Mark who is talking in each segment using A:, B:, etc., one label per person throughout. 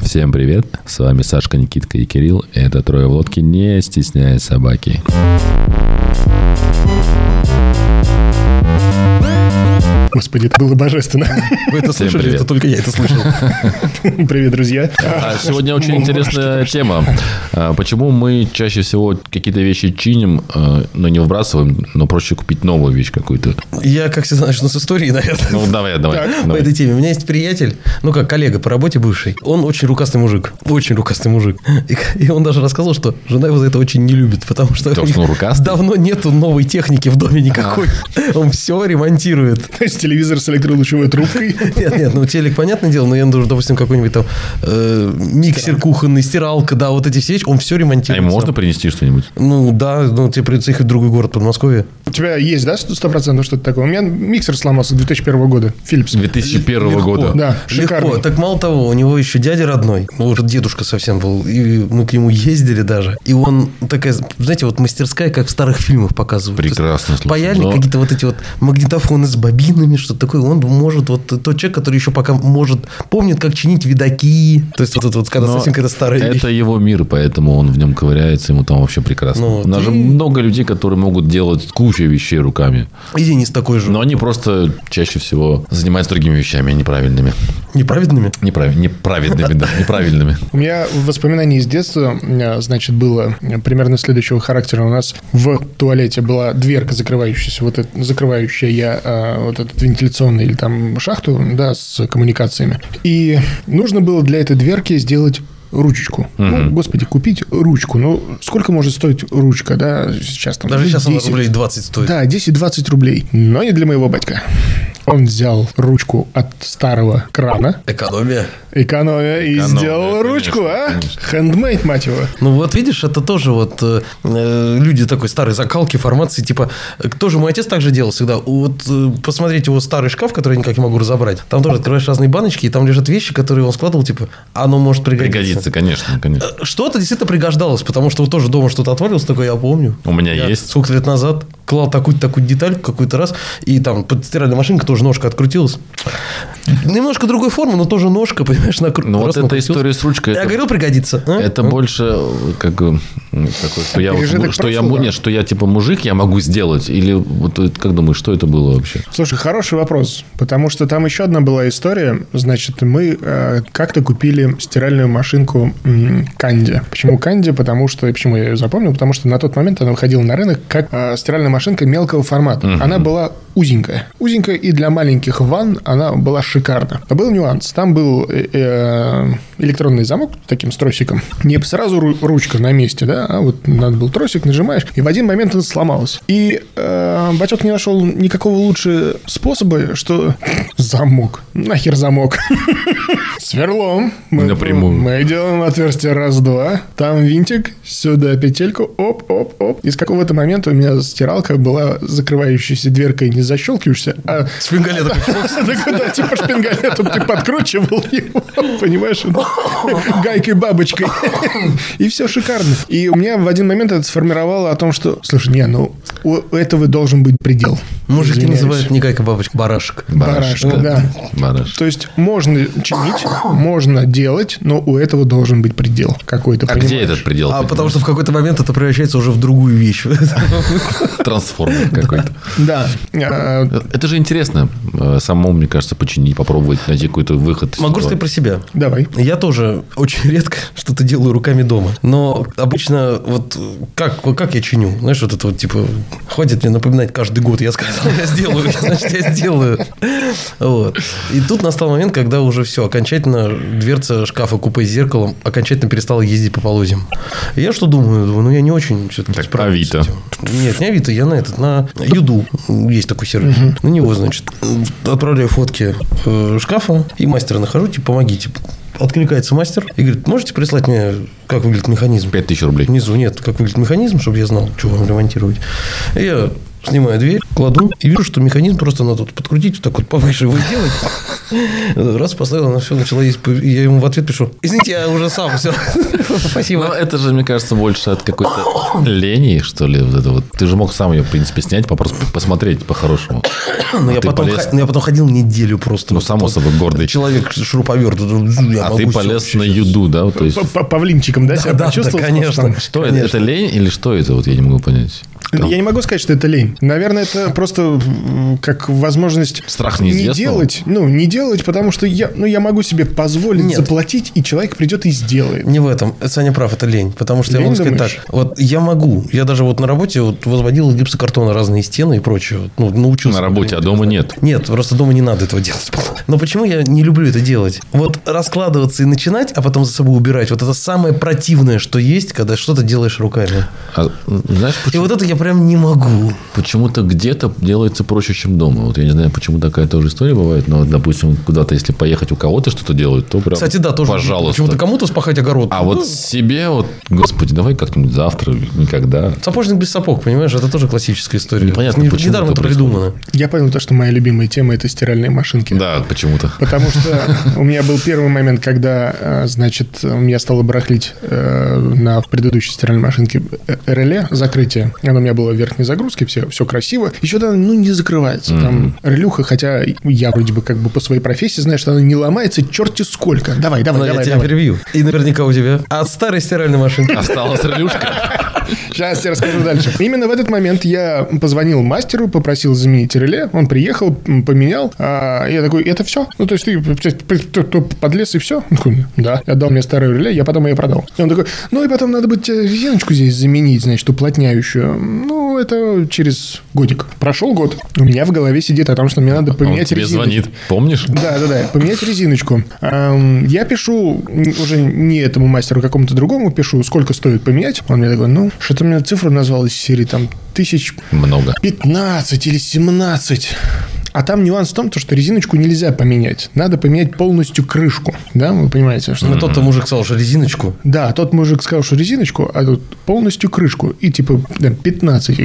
A: Всем привет, с вами Сашка, Никитка и Кирилл. Это «Трое в лодке», не стесняясь собаки.
B: Господи, это было божественно.
C: Вы это
A: Всем
C: слышали?
A: привет.
C: Это только я это слышал.
B: Привет, друзья.
A: А сегодня очень интересная тема. А, Почему мы чаще всего какие-то вещи чиним, а, но не выбрасываем, но проще купить новую вещь какую-то?
C: Я, как всегда, начну с истории, наверное.
A: Ну, давай, давай.
C: По
A: давай.
C: этой теме. У меня есть приятель, ну как коллега по работе бывший. Он очень рукастый мужик. Очень рукастый мужик. И, к- и он даже рассказал, что жена его за это очень не любит, потому что
A: Потому
C: у них
A: что он рукастый? А.
C: давно нету новой техники в доме никакой. Он все ремонтирует.
B: То есть телевизор с электролучевой трубкой.
C: Нет, нет, ну телек, понятное дело, но я нужен, допустим, какой-нибудь там э, миксер кухонный, стиралка, да, вот эти все вещи, он все
A: А
C: ремонтирует.
A: ему
C: сам.
A: можно принести что-нибудь?
C: Ну да, ну тебе придется ехать в другой город Подмосковье.
B: У тебя есть, да, сто процентов что-то такое? У меня миксер сломался 2001 года. Philips.
A: 2001
C: Легко.
A: года.
B: Да, шикарно.
C: Легко. Так мало того, у него еще дядя родной, ну, уже дедушка совсем был, и мы к нему ездили даже. И он такая, знаете, вот мастерская, как в старых фильмах показывают. То есть
A: Прекрасно, слушай,
C: Паяльник,
A: но-
C: какие-то вот эти вот магнитофоны с бобинами, что-то такое. Он может, вот тот человек, который еще пока может, помнит, как чинить видаки. То есть вот это вот, когда
A: Но
C: совсем какая-то старая вещь.
A: Это его мир, поэтому он в нем ковыряется, ему там вообще прекрасно.
C: Ну,
A: У нас же
C: ты-
A: много людей, которые могут делать кучу вещей руками.
C: И Денис такой же.
A: Но они просто чаще всего занимаются другими вещами, а неправильными.
C: Неправедными?
A: Неправ... Неправильными, да, неправильными.
B: У меня воспоминание из детства, э, значит, было э, примерно следующего характера. У нас в туалете была дверка, закрывающаяся, вот эта, закрывающая я э, вот этот вентиляционный или там шахту, да, с коммуникациями. И нужно было для этой дверки сделать ручечку. Ну, господи, купить ручку. Ну, сколько может стоить ручка, да, сейчас там?
C: Даже
B: ну,
C: сейчас она
B: 10.
C: рублей 20 стоит.
B: Да, 10-20 рублей. Но не для моего батька. Он взял ручку от старого крана,
C: Экономия.
B: Экономия и
A: Экономия, конечно,
B: сделала ручку, а?
A: конечно.
B: Хендмейд, мать его.
C: Ну вот видишь, это тоже вот э, э, люди такой старой закалки, формации, типа, э, тоже мой отец так же делал всегда. Вот э, посмотреть его старый шкаф, который я никак не могу разобрать, там тоже открываешь разные баночки, и там лежат вещи, которые он складывал, типа, оно может пригодиться. Э,
A: Пригодится, конечно, конечно.
C: Что-то действительно пригождалось, потому что вот тоже дома что-то отвалилось, такое я помню.
A: У меня
C: Я
A: есть.
C: Сколько лет назад клал такую-то такую деталь какой-то раз, и там под стиральной машинкой тоже ножка открутилась. Немножко другой формы, но тоже ножка, понимаешь, накру...
A: Ну вот
C: раз
A: эта
C: накрутилась.
A: история с ручкой.
C: Я
A: это-
C: говорил, пригодится. а?
A: Это больше э, как бы, м, такое, что я, вот
B: Пережиток
A: му- что я
B: прошлого.
A: му- нет, что я типа мужик, я могу сделать, или вот э, как думаешь, что это было вообще?
B: Слушай, хороший вопрос, потому что там еще одна была история. Значит, мы э, как-то купили стиральную машинку м, Канди. Почему Канди? Потому что, и почему я ее запомнил? Потому что на тот момент она выходила на рынок как э, стиральная машинка мелкого формата. Она была узенькая. Узенькая и для маленьких ванн она была шикарна. Но был нюанс. Там был э, э, электронный замок таким с тросиком. Не сразу ру- ручка на месте, да, а вот надо был тросик, нажимаешь, и в один момент она сломалась. И э, батек не нашел никакого лучше способа, что замок. Нахер замок. Сверлом. Мы,
A: Напрямую.
B: Мы делаем отверстие раз-два. Там винтик, сюда петельку, оп-оп-оп. И с какого-то момента у меня стиралка была закрывающейся дверкой, не защелкиваешься, а
C: С фингалетом.
B: так вот, да, типа шпингалетом ты подкручивал его, понимаешь, он гайкой-бабочкой. И все шикарно. И у меня в один момент это сформировало о том, что, слушай, не, ну, у этого должен быть предел.
C: Мужики
B: Извиняюсь.
C: называют не гайка бабочка, барашек.
B: Барашка, да.
A: Бараш.
B: То есть можно чинить, можно делать, но у этого должен быть предел какой-то.
A: А где этот предел?
C: А потому что в какой-то момент это превращается уже в другую вещь.
A: Трансформер какой-то.
B: Да. А,
A: Это же интересно. э, Самому, мне кажется, починить, попробовать, найти какой-то выход. из
C: Могу
A: этого.
C: сказать про себя.
B: Давай.
C: Я тоже очень редко что-то делаю руками дома. Но обычно вот как, вот как я чиню? Знаешь, вот это вот типа хватит мне напоминать каждый год. Я сказал, я сделаю, значит, я сделаю. Вот. И тут настал момент, когда уже все, окончательно дверца шкафа купе с зеркалом окончательно перестала ездить по полозьям. И я что думаю? Думаю, ну я не очень все-таки
A: Так, Авито.
C: Нет, не Авито, я на этот, на Юду. Есть такой сервис. На него, значит, отправляю фотки э, шкафа и мастера нахожу, типа, помогите. Откликается мастер и говорит, можете прислать мне, как выглядит механизм?
A: 5000 рублей.
C: Внизу нет, как выглядит механизм, чтобы я знал, что вам ремонтировать. И я Снимаю дверь, кладу и вижу, что механизм просто надо вот подкрутить, вот так вот повыше его сделать. Раз поставил, она все начала есть. Я ему в ответ пишу, извините, я уже сам все.
A: Ну,
C: Спасибо.
A: это же, мне кажется, больше от какой-то лени, что ли. Вот это вот. Ты же мог сам ее, в принципе, снять, просто посмотреть по-хорошему.
C: Но
A: А
C: Ну, я
A: ты
C: потом
A: полез-
C: х- но я потом ходил неделю просто.
A: Ну,
C: Вот
A: само
C: вот
A: собой, гордый.
C: Человек шуруповерт. я
A: А
C: могу
A: ты
C: всё
A: полез
C: вообще.
A: на юду, да? вот, То есть,
B: П- п- Павлинчиком, да, себя
C: да,
B: почувствовал?
C: да, конечно.
B: Там-
A: что это? Это лень или что это? Вот я не могу понять.
B: Я не могу сказать, что это лень. Наверное, это просто м, как возможность
A: Страх
B: не
A: неизвестного?
B: делать. Ну, не делать, потому что я, ну, я могу себе позволить
C: Нет.
B: заплатить, и человек придет и сделает.
C: Не в этом. Саня прав, это лень. Потому что я
B: Лень,
C: могу сказать
B: думаешь?
C: так. Вот я могу. Я даже вот на работе вот возводил из гипсокартона разные стены и прочее. вот, Ну, научился.
A: На работе, а дома нет.
C: Нет, просто дома не надо этого делать. Но почему я не люблю это делать? Вот раскладываться и начинать, а потом за собой убирать. Вот это самое противное, что есть, когда что-то делаешь руками.
A: А, м, знаешь,
C: И
A: почему-
C: вот это я прям не могу.
A: почему-то где-то делается проще, чем дома. Вот я не знаю, почему такая тоже история бывает, но, допустим, куда-то, если поехать у кого-то что-то делают, то прям...
C: Кстати, да, тоже.
A: Пожалуйста.
C: Почему-то кому-то спахать огород. Ну,
A: А вот себе вот, господи, давай как-нибудь завтра, или никогда.
C: Сапожник без сапог, понимаешь? Это тоже классическая история.
B: Ну,
A: Непонятно,
C: Не-
A: почему
C: Недаром
A: это
C: это
A: происходит.
C: придумано.
B: Я понял то, что моя любимая тема – это стиральные машинки.
A: Да, почему-то.
B: Потому что у меня был первый момент, когда, э, значит, у меня стало барахлить э, на предыдущей стиральной машинке э, реле закрытие. Оно у меня было в верхней загрузке, все, все красиво. И что-то, ну, не закрывается. Там релюха, хотя я вроде бы как бы по своей профессии знаю, что она не ломается черти сколько. Давай, давай,
C: Но я
B: давай.
C: тебя перебью. И наверняка у тебя. От старой стиральной машинки.
A: Осталась релюшка.
B: Сейчас я расскажу дальше. Именно в этот момент я позвонил мастеру, попросил заменить реле. Он приехал, м, поменял. А я такой, это все? Ну, то есть ты п- п- п- п- подлез и все? Да. Я отдал мне старое реле, я потом ее продал. И он такой, ну и потом надо будет э, резиночку здесь заменить, значит, уплотняющую. Ну, это через годик. Прошел год. У меня в голове сидит о том, что мне надо
A: А Он
B: поменять
A: тебе
B: резиночку.
A: звонит. Помнишь?
B: Да, да, да, поменять резиночку. Эм, Я пишу н- уже не этому мастеру, а какому-то другому пишу, сколько стоит поменять. Он мне такой, ну, что-то мне цифру назвал из серии там тысяч
A: Много.
B: 15 или 17. А там нюанс в том, то, что резиночку нельзя поменять. Надо поменять полностью крышку. Да, вы понимаете, что...
C: Ну, тот-то мужик сказал, что резиночку.
B: Да, тот мужик сказал, что резиночку, а тут полностью крышку. И типа да, 15.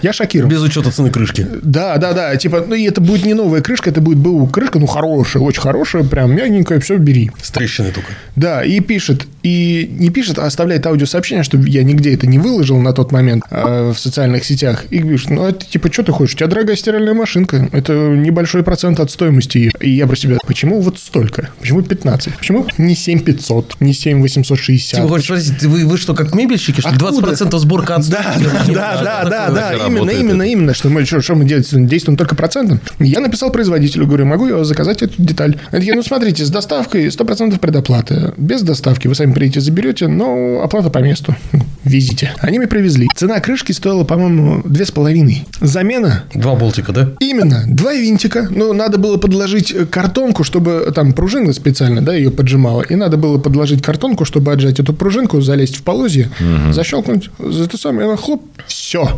B: Я шокирован.
C: Без учета цены крышки.
B: Да, да, да. Типа, ну и это будет не новая крышка, это будет БУ крышка, ну хорошая, очень хорошая, прям мягенькая, все, бери.
C: С трещиной только.
B: Да, и пишет, и не пишет, а оставляет аудиосообщение, что я нигде это не выложил на тот момент э, в социальных сетях. И пишет, ну это типа, что ты хочешь? У тебя дорогая стиральная машинка, это небольшой процент от стоимости. ее». И я про себя, почему вот столько? Почему 15? Почему не 7500, не 7860?
C: Типа хочешь спросить, вы, вы что, как мебельщики? Что ли?
B: А. Откуда?
C: 20% сборка от
B: Да, да, да, да, да,
A: такое
B: да,
A: вообще
B: именно,
A: работает.
B: именно, именно, что мы, что, что мы делаем, действуем только процентом. Я написал производителю, говорю, могу я заказать эту деталь? Они такие, ну смотрите, с доставкой 100% предоплаты, без доставки вы сами придете, заберете, но оплата по месту. Везите. Они мне привезли. Цена крышки стоила, по-моему, две с половиной. Замена
C: Два болтика, да?
B: Именно, два винтика. Ну, надо было подложить э, картонку, чтобы там пружина специально, да, ее поджимала. И надо было подложить картонку, чтобы отжать эту пружинку, залезть в полозье, защелкнуть за это самое, и она хлоп, все.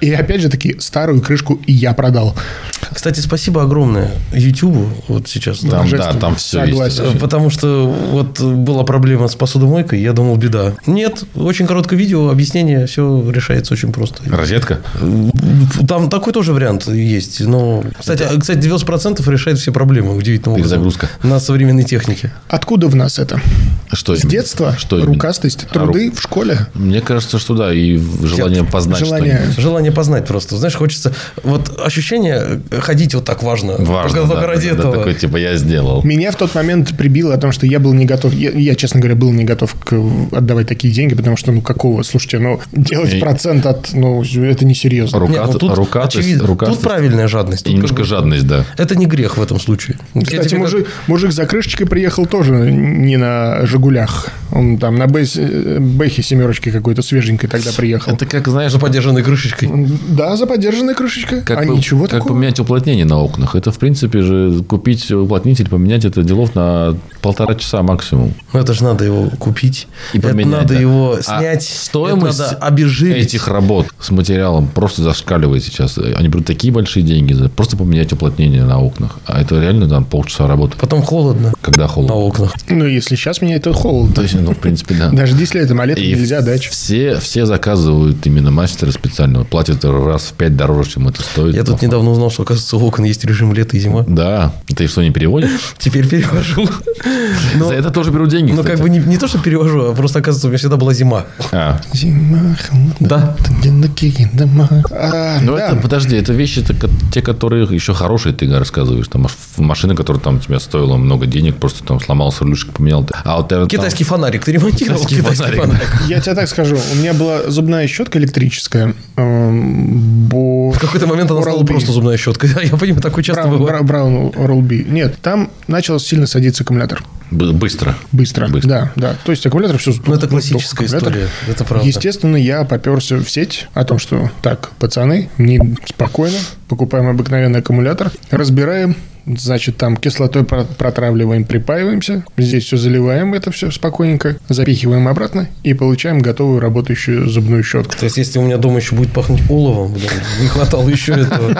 B: И опять же таки, старую крышку и я продал.
C: Кстати, спасибо огромное Ютубу вот сейчас.
A: Там,
C: да.
A: да,
B: Божественно.
A: там все есть.
B: Согласен.
C: Э, Потому что вот э, была проблема с посудомойкой, я думал, беда. Нет, очень короткое видео, объяснение, все решается очень просто.
A: Розетка?
C: Там такой тоже вариант есть, но... Кстати, а, кстати 90% решает все проблемы, удивительно.
A: Перезагрузка.
C: На современной технике.
B: Откуда в нас это?
A: Что
B: С
A: именно?
B: детства?
A: Что именно?
B: Рукастость?
A: А, ру-
B: Труды в школе?
A: Мне кажется, что да, и в- желание познать
B: Желание.
A: что-нибудь.
C: Желание познать просто. Знаешь, хочется... Вот ощущение э, ходить вот так важно.
A: Важно,
C: Только,
A: да,
C: только ради
A: да, да,
C: этого.
A: такой, типа, я сделал.
B: Меня в тот момент прибило о том, что я был не готов. Я, я, честно говоря, был не готов к отдавать такие деньги, потому что, ну, какого? Слушайте, ну, делать
A: И-
B: процент от, ну, это несерьезно.
A: Рука,
C: Нет, ну,
A: рука,
C: очевидно, тут правильная жадность.
A: и
C: Тут
A: немножко
C: как бы-
A: жадность, да.
C: Это не грех в этом случае. Я
B: Кстати,
C: тебе как-
B: мужик, мужик за крышечкой приехал тоже не на «Жигулях». Он там на «Бэс- э, «Бэхе» семерочки какой-то свеженькой тогда приехал.
A: Это как, знаешь,
C: за подержанной крышечкой.
B: Да, за подержанной крышечкой.
A: как,
B: а
A: по-
B: ничего
A: как
B: такого.
A: поменять уплотнение на окнах. Это, в принципе же, купить уплотнитель, поменять это делов на полтора часа максимум.
C: Ну, это же надо его купить.
A: И
C: это
A: поменять,
C: надо
A: да.
C: его
A: А
C: снять.
A: стоимость
C: это надо обезжирить.
A: Этих работ с материалом просто зашкаливает сейчас. Они берут такие большие деньги за просто поменять уплотнение на окнах. А это реально там полчаса работы,
C: Потом холодно
A: когда
C: на
A: холодно.
C: окнах.
B: Ну, если сейчас меня это холодно.
A: То есть Ну, в принципе, да.
B: Дождись летом, а летом
A: И
B: нельзя дачу.
A: Все, все заказывают именно мастера специально. Платят раз в пять дороже, чем это стоит.
C: Я тут недавно узнал, что, оказывается, у окон есть режим лето и зима.
A: Да. Ты что, не переводишь?
C: Теперь перевожу. Но,
A: За это тоже берут деньги,
C: но Ну, как
A: кстати.
C: бы не, не то, что перевожу, а просто, оказывается, у меня всегда была зима.
A: А,
B: Зима, холодно,
C: Да.
B: одинокие дома. А,
A: Ну,
B: да.
A: это, подожди, это вещи это ко- те, которые еще хорошие, ты рассказываешь. Там маш- машина, которая там тебе стоила много денег, просто там сломался, рулюшек поменял. А вот э, там-
C: Китайский фонарик. Ты ремонтировал
A: Китайский
C: китайский,
A: фонарик,
C: фонарик?
B: Я тебе так скажу, у меня была зубная щетка электрическая. эм, В
C: В какой-то момент она стала просто зубная щетка. Я понимаю, такое часто бывает.
B: Браун Oral B. Нет, там начал сильно садиться аккумулятор.
A: б- быстро.
B: Быстро.
A: Быстро.
B: Да, да. То есть аккумулятор все
C: Ну, это классическая история. Это правда.
B: Естественно, я поперся в сеть о том, что так, пацаны, не спокойно, покупаем обыкновенный аккумулятор, разбираем, значит, там кислотой про- протравливаем, припаиваемся, здесь все заливаем, это все спокойненько, запихиваем обратно и получаем готовую работающую зубную щетку.
C: То есть, если у меня дома еще будет пахнуть оловом, блин, не хватало еще этого.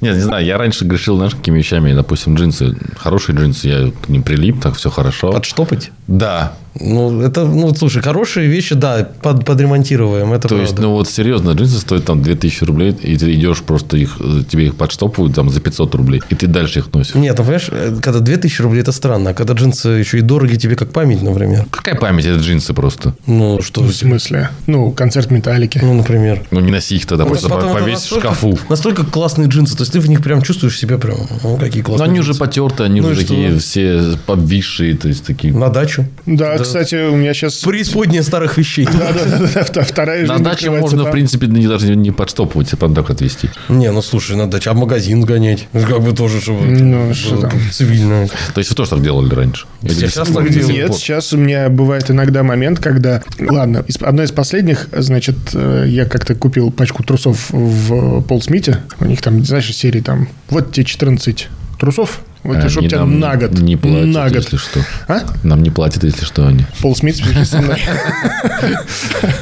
A: Нет, не знаю, я раньше грешил, знаешь, какими вещами. Допустим, джинсы. Хорошие джинсы, я к ним прилип, так все хорошо.
C: Подштопать?
A: Да.
C: Ну, это, ну, слушай, хорошие вещи, да, под, подремонтируем, это
A: То
C: правда.
A: есть, ну вот серьезно, джинсы стоят там 2000 рублей, и ты идешь просто их, э, тебе их подштопывают там за 500 рублей, и ты дальше их носишь.
C: Нет, ну, понимаешь, э, когда 2000 рублей, это странно, а когда джинсы еще и дороги тебе как память, например.
A: Какая память, это джинсы просто.
C: Ну, что...
B: В смысле? Ну, концерт металлики.
C: Ну, например.
A: Ну не носи их тогда, просто
C: Потом это
A: повесишь в
C: настолько-
A: шкафу.
C: Настолько классные джинсы, то есть ты в них прям чувствуешь себя прям, ну, какие
A: Ну,
C: классные
A: они
C: джинсы.
A: уже потерты, они
C: Ну и
A: уже
C: что?
A: такие все побившие, то есть такие.
C: На дачу.
B: Да, кстати, у меня сейчас...
C: Преисподняя старых вещей.
B: Вторая
A: На
B: жизнь
A: даче
B: открывается
A: можно, в
B: там.
A: принципе, не- даже не подштопывать, а там так отвести.
C: Не, ну слушай, на дачу, а в магазин гонять. Ну, Как бы тоже, чтобы
B: Ну,
C: было
B: что там.
C: цивильно.
A: То есть вы тоже так делали раньше? Или
C: Сейчас
A: до сих
C: так
A: пор?
C: делаю.
A: До
B: Нет,
A: сих
B: сейчас у меня бывает иногда момент, когда... Ладно, из- одно из последних, значит, э, я как-то купил пачку трусов в э, Полсмите. У них там, знаешь, из серии там... Вот тебе 14 трусов. Вот
A: пор.
B: это чтоб
A: Они
B: тебя
A: нам
B: на год.
A: Не платят,
B: на год.
A: если что.
B: А?
A: Нам не платят, если что, они.
B: Пол Смит спишет со мной.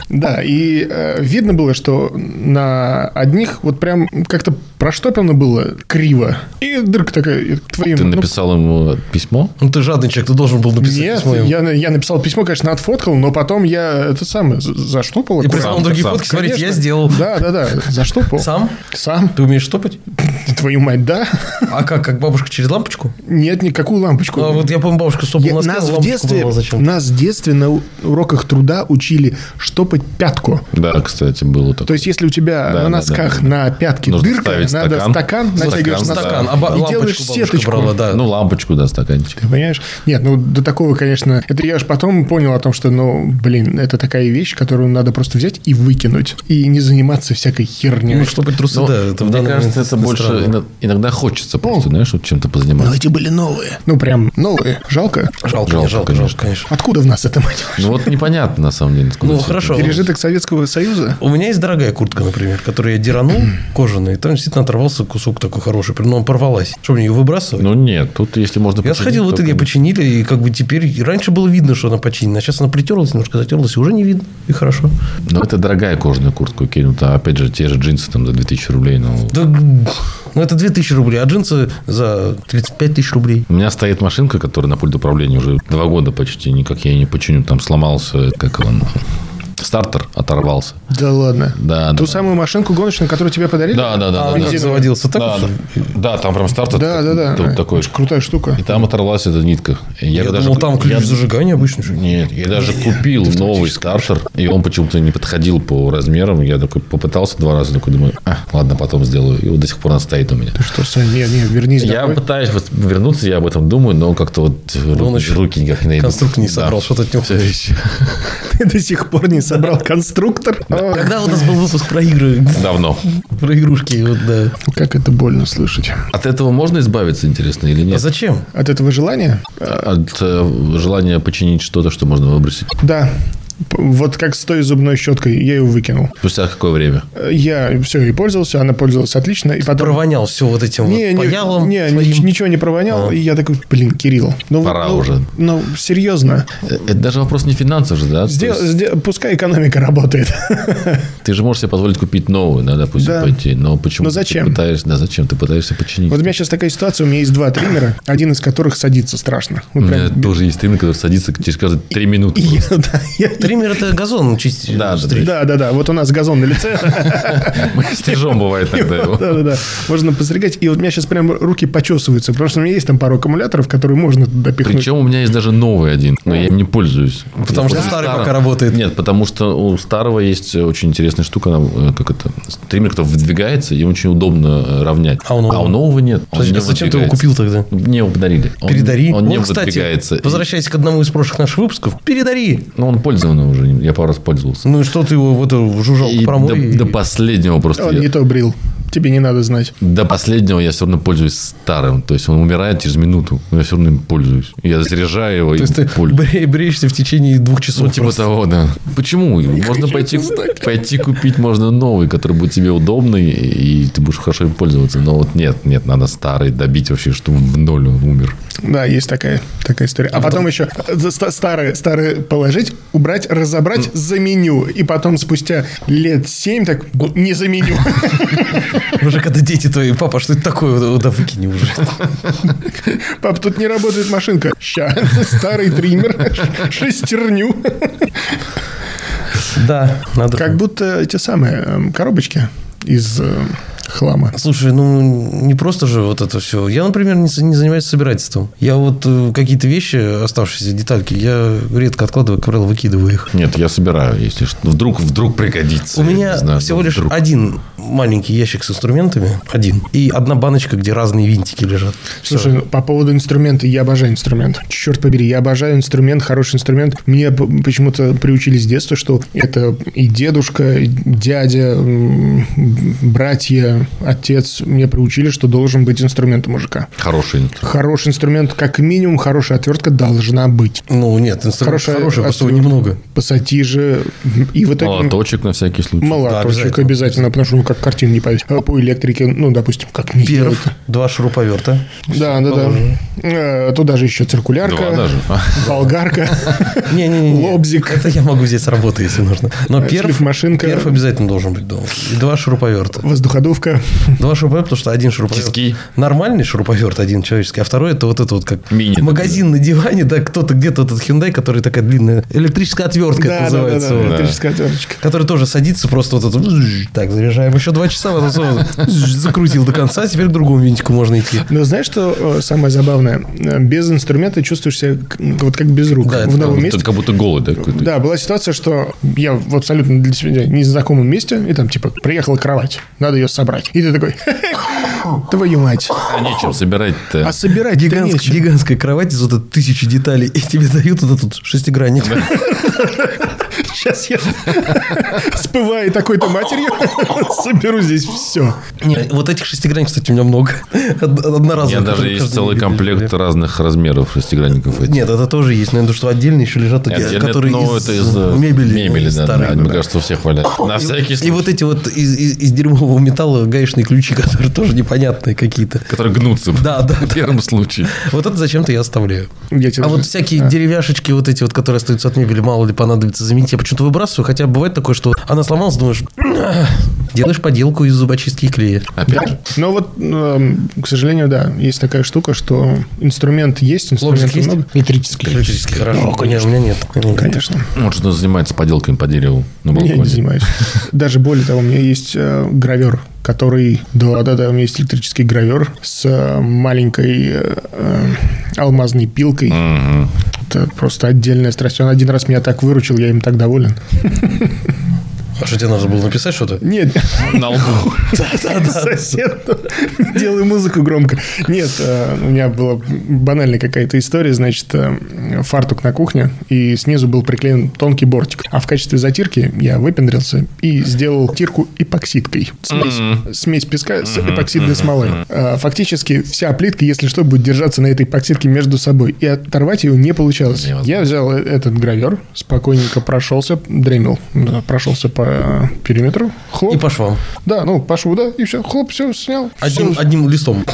B: Да, и э, видно было, что на одних вот прям как-то проштопано было криво. И дырка такая твоим...
A: Ты
B: ну,
A: написал ему письмо?
C: Ну, ты жадный человек, ты должен был написать
B: Нет,
C: письмо ему.
B: я, на- я написал письмо, конечно, отфоткал, но потом я это самое за- заштопал.
C: И
A: Сам,
C: прислал вам другие
A: сам.
C: фотки,
B: Конечно.
C: смотрите, я сделал.
B: Да, да, да, заштопал.
C: Сам?
B: Сам?
C: Ты умеешь топать?
B: Твою мать, да?
C: А как, как бабушка через лампочку?
B: Нет, никакую лампочку.
C: А вот я помню, бабушка стопала
B: Я-
C: носки, а
B: нас, в
C: лампочку
B: детстве,
C: была зачем?
B: нас в детстве на у- уроках труда учили штопать пятку.
A: Да, кстати, было такое.
B: То есть, если у тебя
A: Да, да,
B: на носках
A: да.
B: на пятке
A: Нужно
B: дырка,
A: ставить
B: надо
A: стакан.
B: стакан,
A: Стакан,
B: натягиваешь на
C: Стакан,
A: Да.
C: а ба-
B: И
C: лампочку
B: делаешь
C: бабушка
B: сеточку.
C: брала, да.
A: Ну, лампочку, да, стаканчик.
B: Ты понимаешь? Нет, ну до такого, конечно, это я же потом понял о том, что, ну, блин, это такая вещь, которую надо просто взять и выкинуть. И не заниматься всякой херней.
C: Ну, штопать трусы,
A: Ну,
C: да. Это в
A: мне
C: данный
A: кажется,
C: момент
A: это больше
C: странно.
A: ино- иногда
C: Ну.
A: хочется просто, знаешь, вот чем-то позаниматься.
B: эти были новые. Ну, прям новые. Жалко.
A: Жалко,
C: Жалко, жалко, жалко,
A: конечно.
C: жалко, конечно.
B: Откуда в нас это, мать?
A: Ну, вот непонятно, на самом деле. откуда
C: Ну,
A: всё это.
C: хорошо.
B: Пережиток Советского Союза?
C: У меня есть дорогая куртка, например, которую я деранул, кожаная, и там действительно оторвался кусок такой хороший, но он порвалась. Что мне ее выбрасывать?
A: Ну, нет, тут, если можно...
C: Я
A: починить,
C: сходил в
A: то,
C: итоге,
A: конечно.
C: починили, и как бы теперь... и Раньше было видно, что она починена, а сейчас она притерлась, немножко затерлась, и уже не видно, и хорошо.
A: Ну, это дорогая кожаная куртка, окей, ну, там, опять же, те же джинсы там за 2000 рублей, ну...
C: Да, ну, это 2000 рублей, а джинсы за 35 тысяч рублей.
A: У меня стоит машинка, которая на пульт управления уже два года почти, никак я ее не починю, там сломался, как он, стартер оторвался.
B: Да ладно.
A: Да, да.
B: Ту самую машинку гоночную, которую тебе подарили?
A: Да, да, да.
C: А
A: да,
C: он
A: да.
C: как заводился так?
A: Да,
C: вот?
A: да. Да, там прям стартер.
B: Да, да, да.
A: Тут такой.
B: Очень крутая штука.
A: И там оторвалась эта нитка. И
C: Я,
A: бы
C: думал, там ключ
A: я-
C: зажигания обычно. что ли?
A: Нет, я даже купил новый стартер, и он почему-то не подходил по размерам. Я такой попытался два раза, такой думаю, «А, ладно, потом сделаю. И вот до сих пор он стоит у меня.
B: Что, Сань, нет, нет, вернись
A: Я
B: домой.
A: пытаюсь вот вернуться, я об этом думаю, но как-то вот ру-
C: еще
A: руки никак не найдут.
C: Конструктор не собрал, что-то от него.
A: Все еще.
B: Ты до сих пор не собрал конструктор. Ой,
C: Когда у нас был выпуск про игры,
A: Давно.
C: про игрушки, вот, да.
B: Как это больно слышать.
A: От этого можно избавиться, интересно, или
C: А
A: нет?
C: зачем?
B: От этого желания?
A: От э, желания починить что-то, что можно выбросить.
B: Да. Вот как с той зубной щеткой, я ее выкинул. Э,
A: Спустя какое время?
B: Я все и пользовался, она пользовалась отлично. И потом...
C: Провонял все вот этим
B: Не,
C: вот
B: не,
C: поялом.
B: не,
C: своим.
B: нич- ничего не провонял.
C: А.
B: И я такой, блин, Кирилл. Ну, вот,
A: Пора
B: ну,
A: уже.
B: Ну, серьезно.
A: Э, Это даже вопрос не финансов же, да? То
B: Сдел-
A: есть
B: сде- пускай экономика работает.
A: Ты же можешь себе позволить купить новую, да, допустим,
B: Да.
A: пойти. Но почему
B: Но
A: ты
B: зачем?
A: пытаешься, да, зачем ты пытаешься починить?
B: Вот у меня сейчас такая ситуация, у меня есть два триммера, один из которых садится страшно.
A: У
B: Вот
A: меня
B: прям-
A: тоже есть триммер, который садится через каждые три минуты.
B: И я- да, я-
C: Триммер это газон чистить.
A: Да, да, да.
C: стричь.
B: Да, да, да. Вот у нас газон на лице.
A: Мы стрижем бывает тогда его.
B: Да, да, да. Можно постригать. И вот у меня сейчас прям руки почесываются, потому что у меня есть там пару аккумуляторов, которые можно туда пихнуть.
A: Причем у меня есть даже новый один, но я им не пользуюсь.
C: Потому что
A: Я
C: старый
A: старым.
C: пока работает.
A: Нет, потому что у старого есть очень интересная штука, она, э, как это, триммер, который выдвигается, и очень удобно э, равнять.
C: А у нового?
A: нового нет. он
C: Подожди,
A: не
C: а зачем ты его
A: выдвигается.
C: купил тогда?
A: Мне его подарили. Он-
C: Передари.
A: Он, не
C: Вот, кстати,
A: выдвигается.
C: возвращаясь к одному из прошлых наших выпусков, передари.
A: Ну, он пользованный уже, я пару раз пользовался.
C: Ну и что ты его вот в жужжалку
A: И
C: промой?
A: до,
C: и-
A: до последнего просто.
B: А Он
A: я-
B: не то брил. Тебе не надо знать.
A: До последнего я все равно пользуюсь старым. То есть он умирает через минуту, но я все равно им пользуюсь. Я заряжаю его
C: То
A: и
C: есть ты
A: пользуюсь.
C: бре- бреешься в течение двух часов.
A: Ну, типа
C: просто.
A: того, да. Почему? Можно пойти, пойти купить можно новый, который будет тебе удобный, и ты будешь хорошо им пользоваться. Но вот нет, нет, надо старый добить вообще, что он в ноль он умер.
B: Да, есть такая, такая история. А, потом, еще за- ста- старые, старые положить, убрать, разобрать, заменю. И потом спустя лет семь так не заменю.
C: Уже когда дети твои, папа, а что это такое? Вот, Да выкини уже.
B: Пап, тут не работает машинка. Ща, старый триммер, ш- шестерню.
C: Да, надо.
B: Как будто те самые эм, коробочки из э, хлама.
C: Слушай, ну не просто же вот это все. Я, например, не, с- не занимаюсь собирательством. Я вот э, какие-то вещи, оставшиеся детальки, я редко откладываю, как правило, выкидываю их.
A: Нет, я собираю, если что. Вдруг, вдруг пригодится.
C: У
A: Я
C: меня
A: не знаю,
C: всего
A: ну,
C: лишь
A: вдруг.
C: один маленький ящик с инструментами, один, и одна баночка, где разные винтики лежат. Всё.
B: Слушай, ну, по поводу инструмента, я обожаю инструмент. Черт побери, я обожаю инструмент, хороший инструмент. Мне п- почему-то приучили с детства, что это и дедушка, и дядя, м, братья, отец. Мне приучили, что должен быть инструмент у мужика.
A: Хороший инструмент.
B: Хороший инструмент, как минимум, хорошая отвертка должна быть.
C: ну нет, инструмент
B: Хорошая
C: хороший, просто его
B: ответ.
C: немного.
B: Пассатижи и вот это...
A: Молоточек на всякий случай.
B: Молоточек
C: Да,
B: обязательно.
C: обязательно.
B: потому что ну как картину не повесить. А По электрике, ну, допустим, как не
C: Перв,
B: сделать?
C: два шуруповерта.
B: Да, да, да.
C: Положено.
B: Э, Туда же еще циркулярка,
A: Два даже.
B: болгарка.
C: Не-не-не.
B: Лобзик.
C: Это я могу взять с работы, если нужно. Но перф,
B: шлифмашинка.
C: перф обязательно должен быть дома. И два шуруповерта.
B: Воздуходувка.
C: Два шуруповерта, потому что один шуруповерт.
A: Тиски.
C: Нормальный шуруповерт один человеческий, а второй это вот это вот как
A: Мини такой,
C: магазин на диване, да, кто-то где-то этот Hyundai, который такая длинная. Электрическая отвертка
B: Да, да,
C: это
B: да,
C: называется.
B: да,
C: вот.
B: электрическая отверточка.
C: Который тоже садится, просто вот это... Так, заряжаем еще два часа, потом снова закрутил до конца, теперь к другому винтику можно идти.
B: Но знаешь, что э, самое забавное? Э, Без инструмента чувствуешь себя к- вот как без рук.
C: Да, это
B: в новом
A: Как
B: месте.
A: будто, как будто голый, да, какой-то.
B: Да, была ситуация, что я в абсолютно для себя незнакомом месте, и там, типа, приехала кровать, надо ее собрать. И ты такой, твою мать.
A: А нечем собирать-то.
B: А собирать
C: Гигант- гигантская кровать из вот этой тысячи деталей, и тебе дают вот этот шестигранник.
B: Сейчас я спываю такой-то матерью, соберу здесь все.
C: Не, вот этих шестигранник, кстати, у меня много. Од-
A: У меня
C: Одноразовых.
A: даже
C: которые
A: есть
C: каждый
A: целый
C: день
A: комплект
C: лежат.
A: разных размеров шестигранников этих.
C: Нет, это тоже есть. но я думаю, что отдельно еще лежат
A: Нет,
C: такие,
A: нет,
C: которые
A: ну,
C: из,
A: это из
C: э,
A: э,
C: мебели,
A: мебели да,
C: старой.
A: да,
C: да.
A: Мне кажется, у всех валяют. На всякий
C: И
A: случай.
C: вот эти вот из, из- из дерьмового металла гаечные ключи, которые тоже непонятные какие-то.
A: Которые гнутся.
C: Да, да,
A: В первом случае.
C: Вот это зачем-то я оставляю.
B: Я тебе
C: А
B: даже-
C: вот всякие деревяшечки вот эти вот, которые остаются от мебели, мало ли понадобится заменить, я почему-то выбрасываю. Хотя бывает такое, что она сломалась, думаешь, «Ах». делаешь поделку из зубочистки и клея.
A: Опять же.
B: Но Ну, вот, эм, к сожалению, да, есть такая штука, что инструмент есть, инструмент
C: Лобзик есть?
A: ну,
B: много. Электрический.
C: Электрически хорошо. конечно. У меня нет. У меня нет.
B: Конечно.
A: Вот что занимается поделками по дереву на
B: Я не
A: балконе.
B: занимаюсь. Даже более того, у меня есть э, гравер, который... Да, да, да, у меня есть электрический гравер с э, маленькой э, э, алмазной пилкой.
A: Мгм.
B: Это просто отдельная страсть. Он один раз меня так выручил, я им так доволен.
C: А что тебе надо было написать что-то?
B: Нет,
A: На лбу.
B: сосед, делай музыку громко. Нет, э, у меня была банальная какая-то история, значит, э, фартук на кухне, и снизу был приклеен тонкий бортик. А в качестве затирки я выпендрился и сделал тирку эпоксидкой. Смесь, смесь песка с эпоксидной смолой. Э, Фактически вся плитка, если что, будет держаться на этой эпоксидке между собой, и оторвать ее не получалось.
A: Невозможно.
B: Я взял э- этот гравер, спокойненько прошелся, дремил, да, прошелся по э, периметру, хлоп,
C: И по швам.
B: да, ну, пошу, да, и все, хлоп, все, снял.
C: Одним,
B: Всё,
C: одним листом.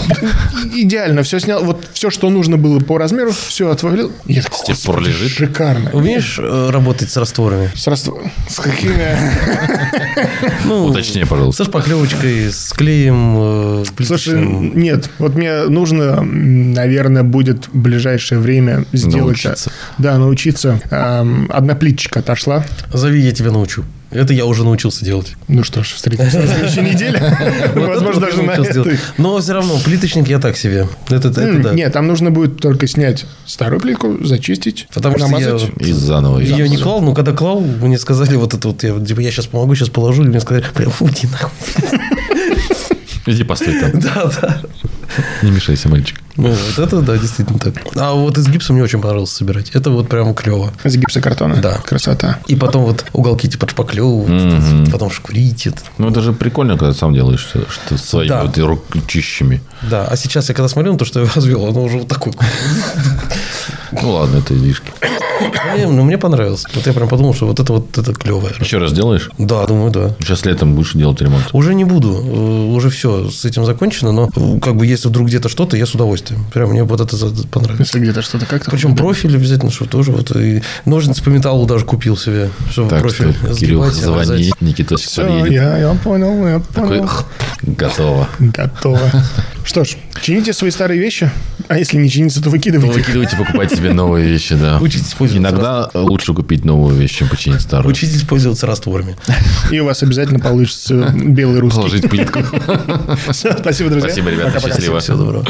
B: и- идеально, все снял. Вот все, что нужно было по размеру, все отвалил. Я так,
A: тех пор
B: «Господи,
A: лежит».
B: Шикарно.
C: Умеешь э, работать с растворами?
B: С, раство- с какими...
C: Ну,
A: Уточни,
C: Со
A: пожалуйста.
C: шпаклевочкой, с клеем. э,
B: Слушай,
C: плиточным.
B: нет, вот мне нужно, м, наверное, будет в ближайшее время сделать... э,
A: Научиться.
B: Да, научиться. Эм, Одна плиточка отошла.
C: Зови, я тебя научу. Это я уже научился делать.
B: Ну что ж, встретимся на следующей неделе.
C: Вот это
B: Возможно,
C: вот я
B: даже на
C: научился
B: этой.
C: делать. Но все равно, плиточник я так себе. Это, это
B: М,
C: да.
B: Нет, там нужно будет только снять старую плитку, зачистить,
C: Потому что я
B: намазать.
C: вот
A: И заново.
C: Ее не клал, но когда клал, мне сказали вот это вот, я, вот, типа, я сейчас помогу, сейчас положу, и мне сказали, прям, фу, иди нахуй.
A: Иди постой там.
C: Да, да.
A: Не мешайся, мальчик.
C: Ну, вот это, да, действительно так. А вот из гипса мне очень понравилось собирать. Это вот прям клево.
B: Из гипсокартона.
C: Да.
B: Красота.
C: И потом вот уголки типа шпаклевывать, потом шкурить. это.
A: Ну, это же прикольно, когда сам делаешь что, что своими
C: Да.
A: вот рукчищами.
C: Да, а сейчас я когда смотрю на то, что я развел, оно уже вот такое.
A: Ну, ладно, это излишки.
C: Мне- Ну, мне понравилось. Вот я прям подумал, что вот это вот это клевое.
A: Еще раз делаешь?
C: Да, думаю, да.
A: Сейчас летом будешь делать ремонт.
C: Уже не буду, э, уже все с этим закончено, но э, как бы если вдруг где-то что-то, я с удовольствием. Прям мне вот это за- понравилось.
B: Если где-то что-то как-то...
C: Причем профиль обязательно, что тоже вот и ножницы по металлу даже купил себе, чтобы
A: Так
C: профиль
A: что, Кирюх,
C: сгибать и
A: звони,
C: обрезать.
A: Никитосик
B: Все,
A: подъедет.
B: я, я понял, я
A: Такой,
B: понял.
A: «Х, готово.
B: Готово. Что ж, чините свои старые вещи, а если не чинится, то
A: Ну,
B: выкидывайте. их.
A: Выкидывайте, покупайте себе новые вещи, да.
C: Учитесь пользоваться
A: Иногда лучше купить новую вещь, чем починить старую.
C: Учитесь пользоваться растворами.
B: И у вас обязательно получится белый русский.
A: Положить плитку.
B: Всё, Спасибо, друзья.
A: Спасибо, ребята,
B: Пока-пока.
A: счастливо.
C: Всего доброго.